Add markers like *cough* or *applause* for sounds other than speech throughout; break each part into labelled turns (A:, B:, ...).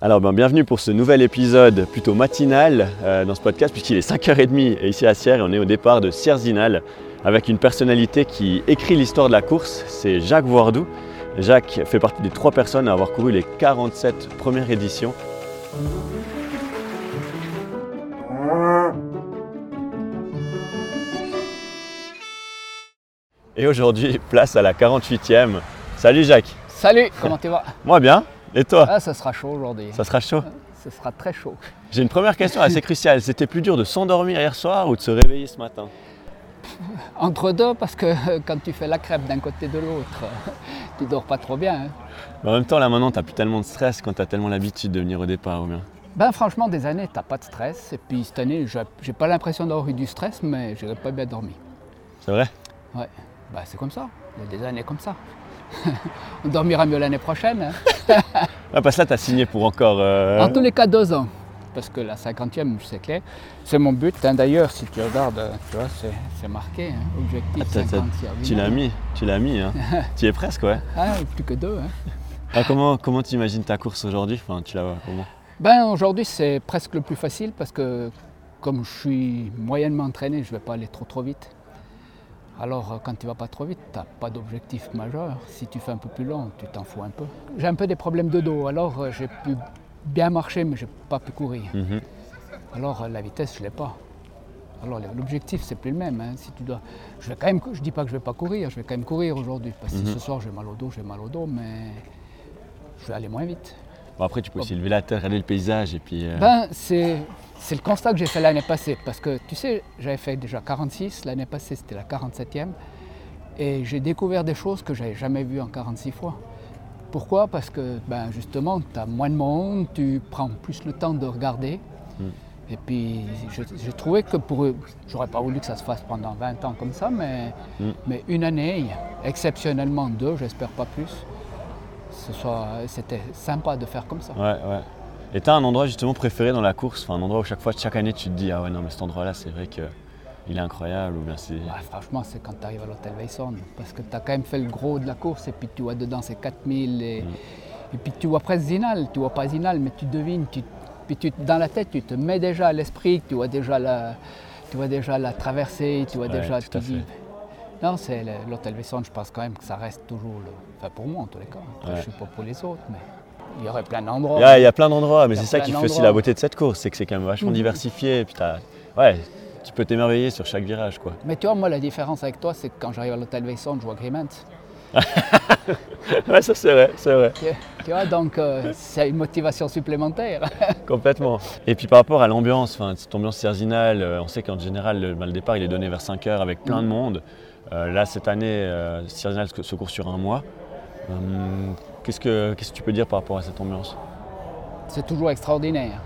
A: Alors ben, bienvenue pour ce nouvel épisode plutôt matinal euh, dans ce podcast puisqu'il est 5h30 et ici à Sierre on est au départ de Sierzinal avec une personnalité qui écrit l'histoire de la course, c'est Jacques Voardou. Jacques fait partie des trois personnes à avoir couru les 47 premières éditions. Et aujourd'hui, place à la 48e. Salut Jacques
B: Salut, comment tu vas
A: Moi bien Et toi
B: Ah, ça sera chaud aujourd'hui.
A: Ça sera chaud
B: Ce sera très chaud.
A: J'ai une première question assez cruciale. C'était plus dur de s'endormir hier soir ou de se réveiller ce matin
B: Entre deux, parce que euh, quand tu fais la crêpe d'un côté de l'autre, *laughs* tu dors pas trop bien. hein.
A: Mais En même temps, là maintenant, t'as plus tellement de stress quand t'as tellement l'habitude de venir au départ, ou bien
B: Ben franchement, des années, t'as pas de stress. Et puis cette année, j'ai j'ai pas l'impression d'avoir eu du stress, mais j'aurais pas bien dormi.
A: C'est vrai
B: Ouais, bah c'est comme ça. Il y a des années comme ça. *laughs* On dormira mieux l'année prochaine. hein.
A: Ouais, Ah, parce que là, t'as signé pour encore. euh,
B: En tous les cas, deux ans. Parce que la 50e, c'est clair. C'est mon but. hein. D'ailleurs, si tu regardes, euh, tu vois, c'est c'est marqué. hein, Objectif
A: Ah, t'as- t'as-
B: 50e.
A: tu l'as mis, tu l'as mis, hein. tu y es presque, ouais.
B: Ah, plus que deux. hein.
A: Ah, comment comment t'imagines ta course aujourd'hui Enfin, tu la vois comment
B: Ben aujourd'hui c'est presque le plus facile parce que comme je suis moyennement entraîné, je ne vais pas aller trop trop vite. Alors euh, quand tu vas pas trop vite, tu n'as pas d'objectif majeur. Si tu fais un peu plus long, tu t'en fous un peu. J'ai un peu des problèmes de dos, alors euh, j'ai pu bien marcher mais j'ai pas pu courir.
A: Mhm.
B: Alors euh, la vitesse je l'ai pas. Alors le- l'objectif c'est plus le même. hein. Si tu dois, je vais quand même, cou- je dis pas que je vais pas courir, je vais quand même courir aujourd'hui parce que
A: Mhm.
B: ce soir j'ai mal au dos, j'ai mal au dos, mais je vais aller moins vite.
A: Bon, Après, tu peux aussi lever la tête, regarder le paysage et puis. euh,
B: Ben, c'est, c'est le constat que j'ai fait l'année passée. Parce que, tu sais, j'avais fait déjà 46. L'année passée, c'était la 47e. Et j'ai découvert des choses que j'avais jamais vues en 46 fois. Pourquoi Parce que, ben, justement, tu as moins de monde, tu prends plus le temps de regarder. Et puis, je- j'ai trouvé que pour eux, j'aurais pas voulu que ça se fasse pendant 20 ans comme ça, mais,
A: Mm.
B: mais une année, exceptionnellement deux, j'espère pas plus, ce soit- c'était sympa de faire comme ça.
A: Ouais, ouais. Et t'as un endroit justement préféré dans la course Enfin, un endroit où chaque fois, chaque année, tu te dis Ah ouais, non, mais cet endroit-là, c'est vrai que il est incroyable, ou bien c'est.
B: Ouais, Bah, franchement, c'est quand tu arrives à l'hôtel Weisson, parce que tu as quand même fait le gros de la course, et puis tu vois dedans c'est 4000, et,
A: Mm.
B: et puis tu vois presque Zinal, tu vois pas Zinal, mais tu devines, tu- puis tu, dans la tête, tu te mets déjà à l'esprit, que tu vois déjà la, tu vois déjà la traversée, tu vois
A: Ouais,
B: déjà,
A: tout
B: tu
A: à fait.
B: dis- Non, c'est le- l'hôtel Weisson, je pense quand même que ça reste toujours, le, enfin pour moi en tous les cas, Après,
A: Ouais.
B: je sais pas pour les autres, mais il y aurait plein d'endroits.
A: Il y a, il y a plein d'endroits, mais
B: Oh. Il y a
A: c'est ça
B: plein
A: qui fait aussi
B: d'endroits.
A: la beauté de cette course, c'est que c'est quand même vachement diversifié. Et puis t'as- ouais, tu peux t'émerveiller sur chaque virage, quoi.
B: Mais tu vois, moi la différence avec toi, c'est que quand j'arrive à l'hôtel Weisson, je vois Grimmett.
A: ouais, ça c'est vrai, c'est vrai,
B: Tu, tu vois,
A: *laughs*
B: donc euh, c'est une motivation supplémentaire.
A: complètement. Et puis par rapport à l'ambiance, enfin, cette ambiance serginale, euh, on sait qu'en général, le, ben, le départ il est donné vers 5 heures avec plein de monde. Euh, là, cette année, euh, Serginal se se court sur un mois. Hum, qu'est-ce, que, qu'est-ce que tu peux dire par rapport à cette ambiance
B: c'est toujours extraordinaire.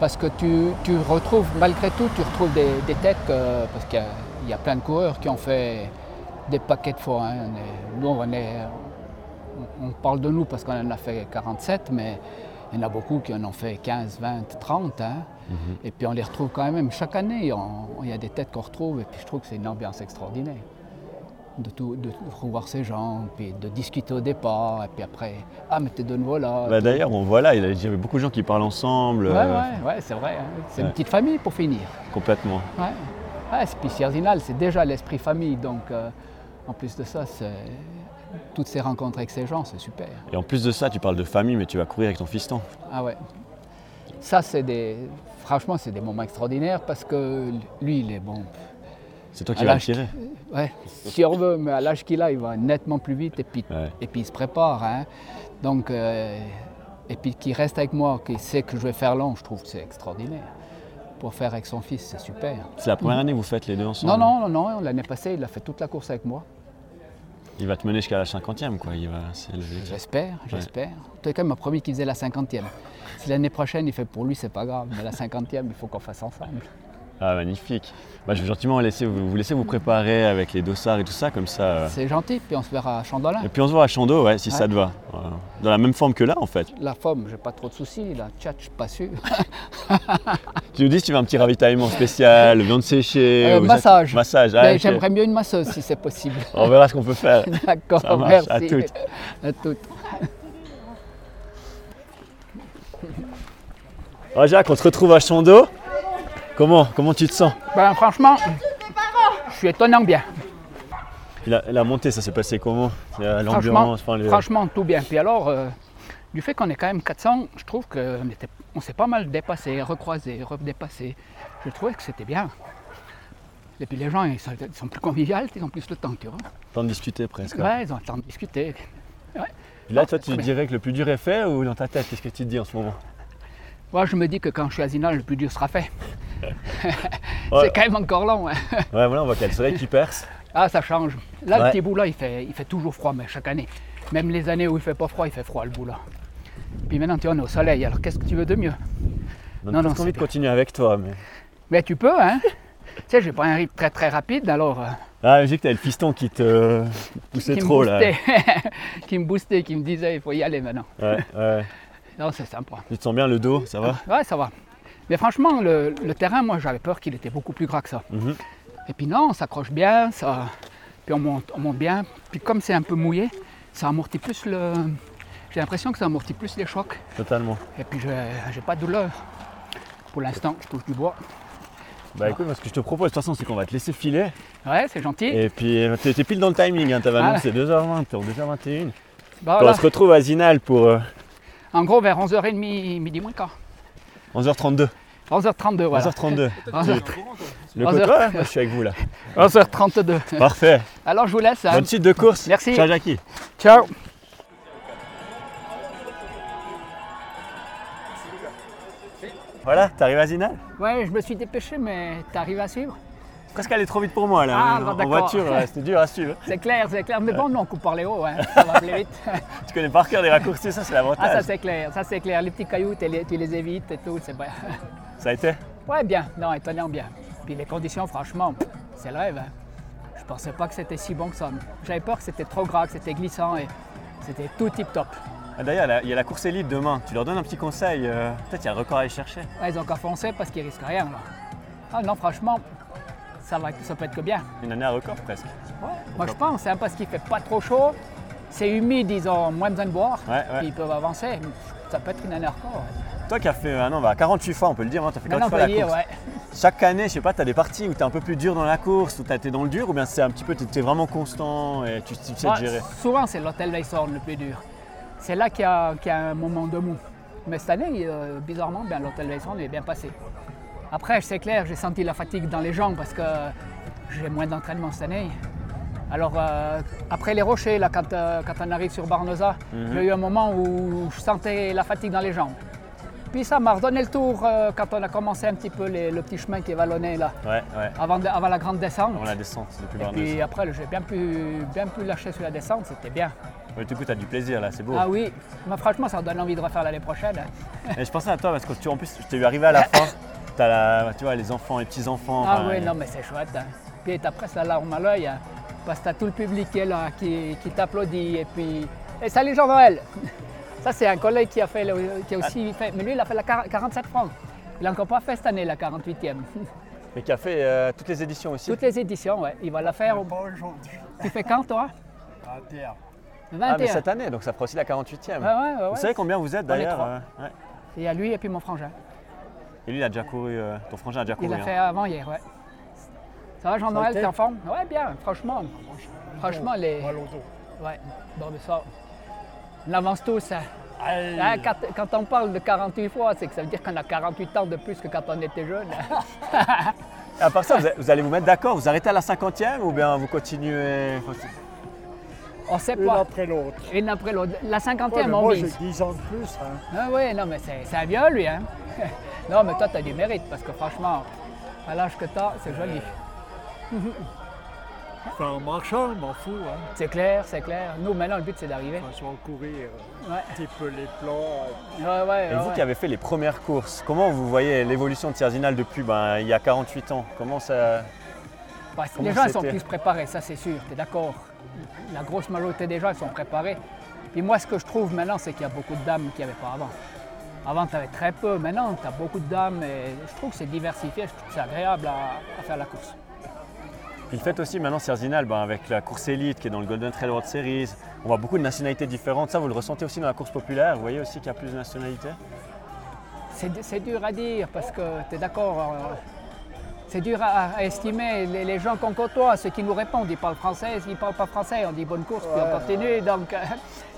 B: Parce que tu, tu retrouves, malgré tout, tu retrouves des, des têtes, que- parce qu'il y a- il y, a plein de coureurs qui ont fait des paquets de fois. hein. On est- nous, on, est, on on parle de nous parce qu'on en a fait 47, mais il y en a beaucoup qui en ont fait 15, 20, 30. hein. Et puis on les retrouve quand même chaque année. on- on- Il y a des têtes qu'on retrouve, et puis je trouve que c'est une ambiance extraordinaire de, tout, de revoir ces gens, puis de discuter au départ, et puis après, ah mais t'es de nouveau là.
A: Bah, D'ailleurs, on voit là, il y a- il y avait beaucoup de gens qui parlent ensemble,
B: Ouais,
A: euh,
B: ouais, ouais, c'est vrai. hein. C'est
A: ouais.
B: une petite famille pour finir.
A: complètement.
B: Ouais. Ouais, c'est- puis Sierzinal, c'est déjà l'esprit famille. Donc, euh, en plus de ça, c'est- toutes ces rencontres avec ces gens, c'est super.
A: Et en plus de ça, tu parles de famille, mais tu vas courir avec ton fiston.
B: Ah ouais. Ça, c'est des. Franchement, c'est des moments extraordinaires parce que lui, il est bon.
A: C'est toi qui
B: À
A: vas le
B: l'âge-
A: tirer.
B: Ouais, si on veut, mais à l'âge qu'il a, il va nettement plus vite et puis,
A: Ouais.
B: et puis il se prépare. hein. Donc, euh, et puis qu'il reste avec moi, qu'il sait que je vais faire long, je trouve que c'est extraordinaire. Pour faire avec son fils, c'est super.
A: C'est la première année que vous faites les deux ensemble
B: Non, non, non, non, l'année passée, il a fait toute la course avec moi.
A: Il va te mener jusqu'à la cinquantième, quoi. Il va, c'est le-
B: J'espère, j'espère. En tout cas, il m'a promis qu'il faisait la cinquantième. Si l'année prochaine, il fait pour lui, c'est pas grave, mais la cinquantième, il faut qu'on fasse ensemble.
A: Ah, magnifique. Bah, je vais gentiment laisser, vous, vous laisser vous préparer avec les dossards et tout ça, comme ça. euh.
B: C'est gentil, puis on se verra à Chandolin.
A: Et puis on se voit à Chando, ouais, si ça
B: Ouais.
A: te va. Euh, Dans la même forme que là, en fait.
B: La forme, j'ai pas trop de soucis, la chat, je suis pas sûr.
A: Tu nous dis si tu veux un petit ravitaillement spécial, viande séchée.
B: Euh,
A: ou ça-
B: massage.
A: Massage, ah,
B: Mais
A: ok.
B: J'aimerais mieux une masseuse si
A: *laughs*
B: c'est possible.
A: On verra ce qu'on peut
B: *laughs*
A: faire.
B: D'accord,
A: Ça marche,
B: merci.
A: à toutes.
B: À toutes.
A: Alors Jacques, on se retrouve à Chando. Comment, comment tu te sens
B: Ben franchement, je suis étonnant bien.
A: Et la, la montée, ça s'est passé comment Euh,
B: Franchement,
A: L'ambiance, enfin, le-
B: franchement, tout bien. Puis alors, euh, du fait qu'on est quand même 400, je trouve qu'on on s'est pas mal dépassé, recroisé, redépassé. Je trouvais que c'était bien. Et puis les gens, ils sont, ils sont plus conviviaux, ils ont plus le temps, tu vois.
A: temps de discuter presque.
B: Ouais, ils ont le temps de discuter.
A: Et Là, toi, tu
B: Ouais.
A: dirais que le plus dur est fait ou dans ta tête, qu'est-ce que tu te dis en ce moment
B: Moi, je me dis que quand je suis à Zinal, le plus dur sera
A: *laughs*
B: fait.
A: Ouais.
B: C'est quand même encore long. hein.
A: Ouais, voilà, on voit qu'il y a le soleil qui
B: *laughs*
A: perce.
B: Ah, ça change. Là,
A: Ouais.
B: le petit bout là, il fait, il fait toujours froid, mais chaque année. Même les années où il fait pas froid, il fait froid le bout là. Puis maintenant, tu vois, on est au soleil, alors qu'est-ce que tu veux de mieux
A: On
B: Non,
A: a
B: non,
A: presque
B: c'est
A: envie de
B: bien.
A: continuer avec toi. Mais...
B: Mais tu peux, hein *laughs* Tu sais, j'ai pas un rythme très très rapide, alors. euh,
A: Ah, j'ai vu que t'avais le fiston qui te poussait
B: qui me
A: trop là. Ouais,
B: boostait. *laughs* qui me boostait, qui me disait, il faut y aller maintenant.
A: ouais.
B: Non, c'est sympa.
A: Tu te sens bien le dos, ça va
B: Ouais, ça va. Mais franchement, le, le terrain, moi, j'avais peur qu'il était beaucoup plus gras que ça.
A: Mhm.
B: Et puis non, on s'accroche bien, ça. Puis on monte, on monte bien. Puis comme c'est un peu mouillé, ça amortit plus le. J'ai l'impression que ça amortit plus les chocs.
A: Totalement.
B: Et puis je- j'ai pas de douleur. Pour l'instant, je touche du bois.
A: Bah écoute, moi, ce que je te propose, de toute façon, c'est qu'on va te laisser filer.
B: Ouais, c'est gentil.
A: Et puis, euh, t'es t'es pile dans le timing, hein, t'avais
B: Ah.
A: annoncé 2h20, t'es en 2h21.
B: Bah,
A: On
B: voilà.
A: se retrouve à Zinal pour euh,
B: En gros, vers 11h30, midi moins quart.
A: 11h32.
B: 11h32, voilà.
A: 11h32.
B: *laughs*
A: Le
B: 11h.
A: côté, ouais, moi, je suis avec vous là.
B: 11h32.
A: Parfait.
B: Alors je vous laisse. hein.
A: Ah. Bonne suite de course.
B: Merci.
A: Ciao, Jackie.
B: Ciao.
A: Voilà, t'arrives à Zinal
B: Ouais, je me suis dépêché, mais t'arrives à suivre
A: Presque aller trop vite pour moi là.
B: Ah,
A: en-
B: bon,
A: en
B: d'accord.
A: voiture, là, c'était dur à suivre.
B: C'est clair, c'est clair. Mais bon, non, on coupe par les hauts, hein. ça va plus vite.
A: Tu connais par cœur les raccourcis, ça c'est l'avantage.
B: Ah, ça c'est clair, ça c'est clair. Les petits cailloux, tu les, tu les évites et tout, c'est bien.
A: Ça a été
B: *laughs* Ouais, bien, non, étonnant bien. Puis les conditions, franchement, c'est le rêve. hein. Je pensais pas que c'était si bon que ça. J'avais peur que c'était trop gras, que c'était glissant et c'était tout tip top.
A: Ah, D'ailleurs, la- il y a la course élite demain. Tu leur donnes un petit conseil. euh, Peut-être qu'il y a un record à aller chercher.
B: Ouais, ils ont qu'à foncer parce qu'ils risquent rien là. Ah non, franchement, ça, va, ça peut être que bien.
A: Une année à record presque.
B: Moi je pense, hein, parce qu'il fait pas trop chaud, c'est humide, ils ont moins besoin de boire,
A: Ouais, ouais.
B: puis ils peuvent avancer. Ça peut être une année record.
A: Toi qui as fait euh, un an, bah, 48 fois, on peut le dire, hein, t'as fait 48
B: Maintenant, on
A: fois
B: peut
A: la
B: dire,
A: course.
B: ouais.
A: Chaque année, je sais pas, t'as des parties où t'es un peu plus dur dans la course, où t'as été dans le dur, ou bien c'est un petit peu, t'es t'es vraiment constant et tu, tu sais
B: Ouais,
A: te gérer.
B: souvent, c'est l'hôtel Weisshorn le plus dur. C'est là qu'il y, a- qu'il y a un moment de mou. Mais cette année, euh, bizarrement, ben, l'hôtel Weisshorn est bien passé. Après, c'est clair, j'ai senti la fatigue dans les jambes parce que j'ai moins d'entraînement cette année. Alors, euh, après les rochers, là, quand, euh, quand on arrive sur Barnosa,
A: Mhm.
B: j'ai eu un moment où je sentais la fatigue dans les jambes. Puis ça m'a redonné le tour euh, quand on a commencé un petit peu les- le petit chemin qui est vallonné là,
A: Ouais, ouais.
B: avant, de- avant la grande descente.
A: Dans la descente, c'est depuis
B: Et
A: Barneuse.
B: puis après, j'ai bien pu, bien pu lâcher sur la descente, c'était bien.
A: Ouais, du coup, t'as du plaisir là, c'est beau.
B: Ah oui, mais franchement, ça donne envie de refaire l'année prochaine. hein.
A: Et je pensais à toi parce que tu, en plus, je t'ai vu arriver à la
B: *laughs*
A: fin. T'as la, tu vois, les enfants, les petits enfants.
B: ah oui, non, mais c'est chouette. hein. Puis après, ça larme à l'œil, hein, parce que t'as tout le public qui est là, qui, qui t'applaudit, et puis. Et salut Jean-Noël *laughs* Ça, c'est un collègue qui a fait, le- qui a aussi fait. Mais lui, il a fait la 40 47 francs. Il n'a encore pas fait cette année, la 48e.
A: Mais qui a fait euh, toutes les éditions aussi.
B: *laughs* Toutes les éditions, ouais. Il va la faire. au-
C: Pas aujourd'hui,
B: Tu fais quand, toi
C: à terre.
B: 21.
A: Ah, mais cette année, donc ça fera aussi la 48e.
B: Ah Ouais, ouais, ouais,
A: Vous
B: ouais.
A: savez combien vous êtes
B: On est
A: d'ailleurs
B: trois.
A: euh, ouais.
B: Il y a lui et puis mon frangin.
A: Et lui, il a déjà couru, euh, ton frangin a déjà
B: Il
A: couru.
B: l'a
A: hein.
B: fait avant hier, ouais. Ça va Jean-Noël, t'es en forme Ouais, bien, franchement. Franchement, les...
C: Mal au dos.
B: Ouais, bon, mais ça, on avance tous. hein.
C: Aïe.
B: Hein, quand, quand on parle de 48 fois, c'est que ça veut dire qu'on a 48 ans de plus que quand on était jeune. hein.
A: Et À part ça, vous, a- vous allez vous mettre d'accord, vous arrêtez à la 50e ou bien vous continuez Enfin, c'est-
B: On sait
C: Une
B: pas.
C: après l'autre.
B: Une après l'autre. La
C: Ouais, mais
B: cinquantième, on
C: moi, j'ai
B: vise.
C: 10 ans de plus. hein.
B: Ah oui, non, mais c'est c'est un vieux, lui. Hein. *laughs* non, mais toi, t'as du mérite, parce que franchement, à l'âge que t'as, c'est joli.
C: Enfin, en marchant, je m'en fous. Hein.
B: C'est clair, c'est clair. Nous, maintenant, le but, c'est d'arriver.
C: Enfin, je vais en courir euh,
B: Ouais,
C: un petit peu les plans. euh,
B: ouais, ouais. ouais,
A: Et vous
B: ouais.
A: qui avez fait les premières courses, comment vous voyez l'évolution de Tiazinal depuis ben, il y a 48 ans Comment ça.
B: Parce que
A: Comment
B: les gens ils sont
A: c'était
B: plus préparés, ça c'est sûr, tu es d'accord. La grosse majorité des gens ils sont préparés. Puis moi, ce que je trouve maintenant, c'est qu'il y a beaucoup de dames qu'il n'y avait pas avant. Avant, tu avais très peu. Maintenant, tu as beaucoup de dames. Et je trouve que c'est diversifié. Je trouve que c'est agréable à, à faire la course.
A: Puis le fait aussi maintenant, Tiazinal, ben, avec la course élite qui est dans le Golden Trail World Series, on voit beaucoup de nationalités différentes. Ça, vous le ressentez aussi dans la course populaire Vous voyez aussi qu'il y a plus de nationalités
B: C'est c'est dur à dire parce que tu es d'accord. euh, c'est dur à, à estimer. Les, les gens qu'on côtoie, ceux qui nous répondent, ils parlent français, ils parlent pas français. On dit bonne course, puis on continue. Donc, *laughs* euh,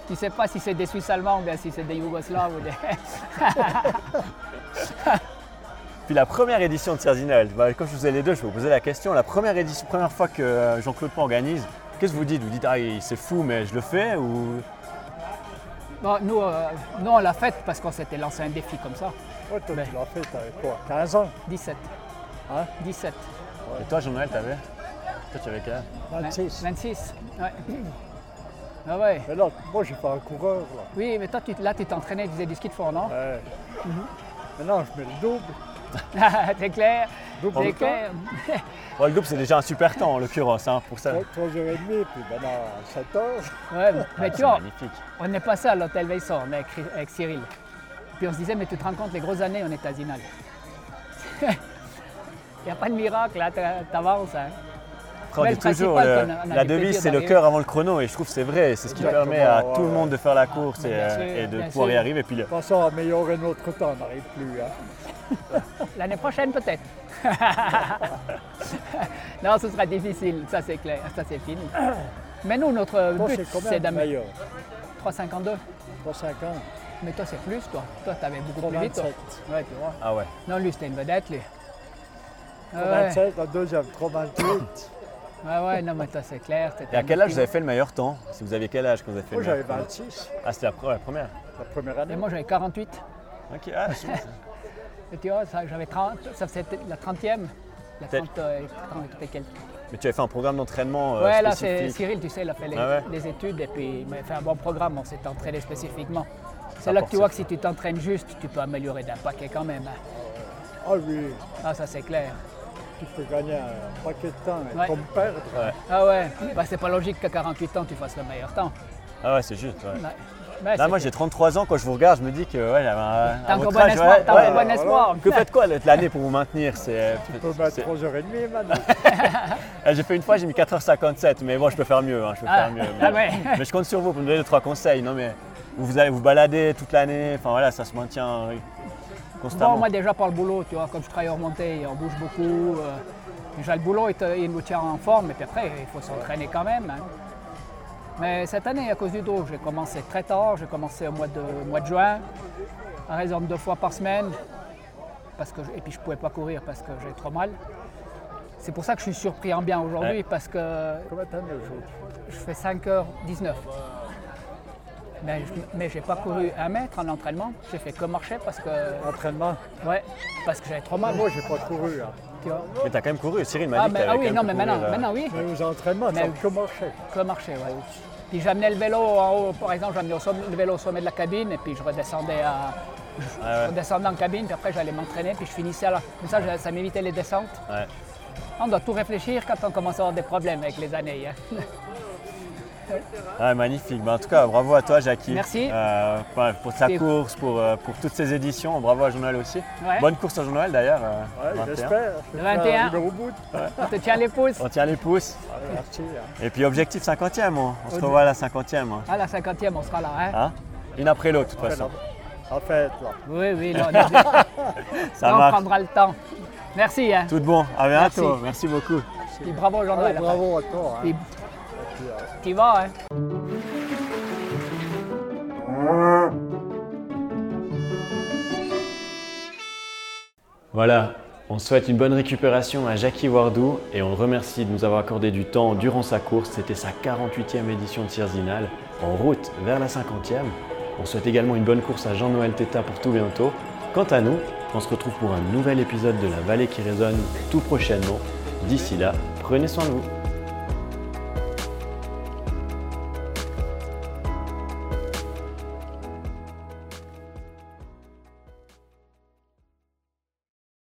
B: tu sais pas si c'est des Suisses allemands, ou bien si c'est des Yougoslaves. ou des-
A: Puis la première édition de Cerzinal, bah, comme je vous ai les deux, je vais vous poser la question. La première édition, première fois que euh, Jean-Claude Pan organise, qu'est-ce que vous dites Vous dites ah il- c'est fou mais je le fais ou
B: Bon, nous, euh, nous, on l'a faite parce qu'on s'était lancé un défi comme ça.
C: Toi, tu
B: Mais-
C: l'as fait, t'avais quoi 15 ans
B: 17.
C: Hein
B: 17.
A: Et toi Jean-Noël t'avais Toi tu avais quel âge
C: 26.
B: 26. Ouais. *clears throat* Ah ouais.
C: Mais là, moi, j'ai pas un coureur, là.
B: Oui, mais toi, tu, là, tu t'entraînais, tu faisais du ski de fond, non
C: Ouais.
B: Mhm.
C: Maintenant, je mets le double.
B: *laughs* C'est Ah, clair.
C: Double
B: C'est
C: temps.
B: clair.
A: Bon, Le double c'est déjà un super temps en l'occurrence hein, pour ça.
C: 3h30, puis maintenant 7 heures.
B: Ouais,
A: Ah,
B: mais tu
A: c'est
B: vois,
A: magnifique.
B: on est passé à l'hôtel Veilson on est avec, Ry- avec Cyril. Puis on se disait, mais tu te rends compte, les grosses années, on est à Zinal. *laughs* Il n'y a pas de miracle, là, t'a- t'avances. hein.
A: Après, on
B: Mais
A: dit
B: le
A: toujours,
B: principal
A: le-
B: qu'on a- on a
A: la
B: du
A: devise
B: plaisir
A: c'est le
B: d'arriver.
A: cœur avant le chrono et je trouve que c'est vrai, c'est ce qui
C: Exactement,
A: permet à
C: ouais,
A: tout le
C: ouais.
A: monde de faire la course
B: mais
A: et,
B: bien
A: euh,
B: sûr,
A: et de
B: bien
A: pouvoir y
B: sûr.
A: arriver. Puis le-
C: Passons à améliorer notre temps, on n'arrive plus. Hein.
B: L'année prochaine, peut-être. *laughs* non, ce sera difficile, ça c'est clair, ça c'est fini. Mais nous, notre
C: Toi,
B: but,
C: c'est combien
B: c'est
C: le
B: d'amener
C: meilleur
B: 3,52.
C: 3,50
B: Mais toi, c'est plus, toi. Toi, t'avais beaucoup plus vite, toi.
C: 3,27.
B: Ouais, tu vois.
A: Ah ouais.
B: Non, lui, c'était une vedette, lui. Ah ouais.
C: 3,27, la deuxième,
B: *coughs*
C: 3,28.
B: Ouais, ouais, non, mais toi, c'est clair. c'était
A: Et à quel âge vous
B: difficile.
A: avez fait le meilleur temps Si vous aviez quel âge quand vous avez fait
C: Moi,
A: le
C: j'avais
A: meilleur temps
C: 26,
A: Ah c'était la pre- la première.
C: la première année.
B: Et moi, j'avais 48.
A: Ok, ah,
B: *laughs*
A: c'est bon, ça.
B: Et tu vois, ça, j'avais 30, ça c'était la 30e. La
A: T'es-
B: 30 euh, 30 et quelques.
A: Mais tu avais fait un programme d'entraînement euh,
B: ouais, là, c'est
A: spécifique.
B: Cyril, tu sais, il a fait les,
A: Ah ouais.
B: les études et puis il m'a fait un bon programme, on s'est entraîné spécifiquement. C'est
A: Ça
B: là que tu
A: force.
B: vois que si tu t'entraînes juste, tu peux améliorer d'un paquet quand même. hein.
C: Ah oui,
B: Ah, ça, c'est clair.
C: tu peux gagner un paquet de temps et
B: Ouais.
C: pas me perdre.
B: Ah ouais, bah, c'est pas logique qu'à 48 ans, tu fasses le meilleur temps.
A: Ah ouais, c'est juste. ouais.
B: Ouais. Mais
A: Là,
B: c'est-
A: moi, j'ai 33 ans. Quand je vous regarde, je me dis que ouais, j'avais un,
B: T'as
A: un
B: encore
A: votre
B: bon
A: âge,
B: espoir,
A: ouais,
B: t'as
A: ouais.
B: encore bon espoir.
A: Que faites quoi l'autre- l'année pour vous maintenir C'est.
C: Tu peux mettre
A: c'est-
C: 3h30 maintenant.
A: *laughs* Eh, J'ai fait une fois, j'ai mis 4h57, mais bon, je peux faire mieux. hein, je peux
B: Ah,
A: faire mieux.
B: ah
A: Mais,
B: ouais.
A: *laughs* mais je compte sur vous pour me donner deux trois conseils. Non, mais vous, vous allez vous balader toute l'année. Enfin voilà, ça se maintient oui, constamment.
B: Bon, moi déjà par le boulot, tu vois, comme je travaille en montée, on bouge beaucoup. euh, déjà le boulot, il, te- il nous tient en forme, et puis après, il faut s'entraîner quand même. hein. Mais cette année, à cause du dos, j'ai commencé très tard, j'ai commencé au mois de, au mois de juin, à raison de deux fois par semaine, parce que, je- et puis je ne pouvais pas courir parce que j'ai trop mal. C'est pour ça que je suis surpris en bien aujourd'hui,
A: Ouais.
B: parce que
C: Combien t'as mis aujourd'hui
B: je fais 5h19. Mais je n'ai pas couru un mètre en entraînement, j'ai fait que marcher parce que,
C: Entraînement
B: ouais, parce que j'avais trop
C: ah,
B: mal.
C: Moi, j'ai pas couru. Hein.
B: Tu vois.
A: Mais t'as quand même couru. Cyril m'a dit
B: Ah,
A: que
B: mais-
A: t'avais
B: ah
A: quand
B: oui,
A: même
B: non, mais
A: couru,
B: maintenant,
A: là.
B: maintenant oui,
C: Mais aux entraînements, ça
B: Mais-
C: n'a que marché.
B: que marcher. Ouais. Puis j'amenais le vélo en haut, par exemple, j'amenais au sommet- le vélo au sommet de la cabine et puis je redescendais à. je-
A: Ah ouais.
B: Je redescendais en cabine, puis après j'allais m'entraîner, puis je finissais à la. Comme ça, je- ça m'évitait les descentes.
A: Ouais.
B: On doit tout réfléchir quand on commence à avoir des problèmes avec les années. hein.
A: Ah, magnifique. Ben, en tout cas, bravo à toi, Jackie.
B: Merci.
A: Euh, ouais, pour ta
B: C'est-
A: course, pour, euh, pour toutes ces éditions. Bravo à Jean-Noël aussi.
B: Ouais.
A: Bonne course à Jean-Noël d'ailleurs. euh,
C: Ouais,
A: 21.
C: j'espère. Je vais
B: 21.
C: arriver au bout.
B: On te tient les pouces.
A: On tient les pouces.
C: Ah, merci. hein.
A: Et puis objectif 50e, on, on se
B: Au-
A: revoit à la 50e. hein.
B: À la cinquantième, on sera là. hein.
A: Hein Une après l'autre, de toute
C: Après,
A: façon.
C: La la fête, là.
B: Oui, oui, là,
A: *laughs*
B: on, est- là,
A: Ça
B: on
A: marche.
B: prendra le temps. Merci. Hein.
A: Tout de bon. À
B: Merci.
A: bientôt. Merci beaucoup.
B: Puis bravo,
C: Ah,
B: Jean-Noël.
C: bravo à toi. hein.
B: Puis
C: Puis, euh,
B: tu vas. hein.
A: Voilà, on souhaite une bonne récupération à Jackie Wardou et on le remercie de nous avoir accordé du temps durant sa course. C'était sa 48e édition de Cirzinal, en route vers la 50e. On souhaite également une bonne course à Jean-Noël Teta pour tout bientôt. Quant à nous, on se retrouve pour un nouvel épisode de La Vallée qui résonne tout prochainement. D'ici là, prenez soin de vous.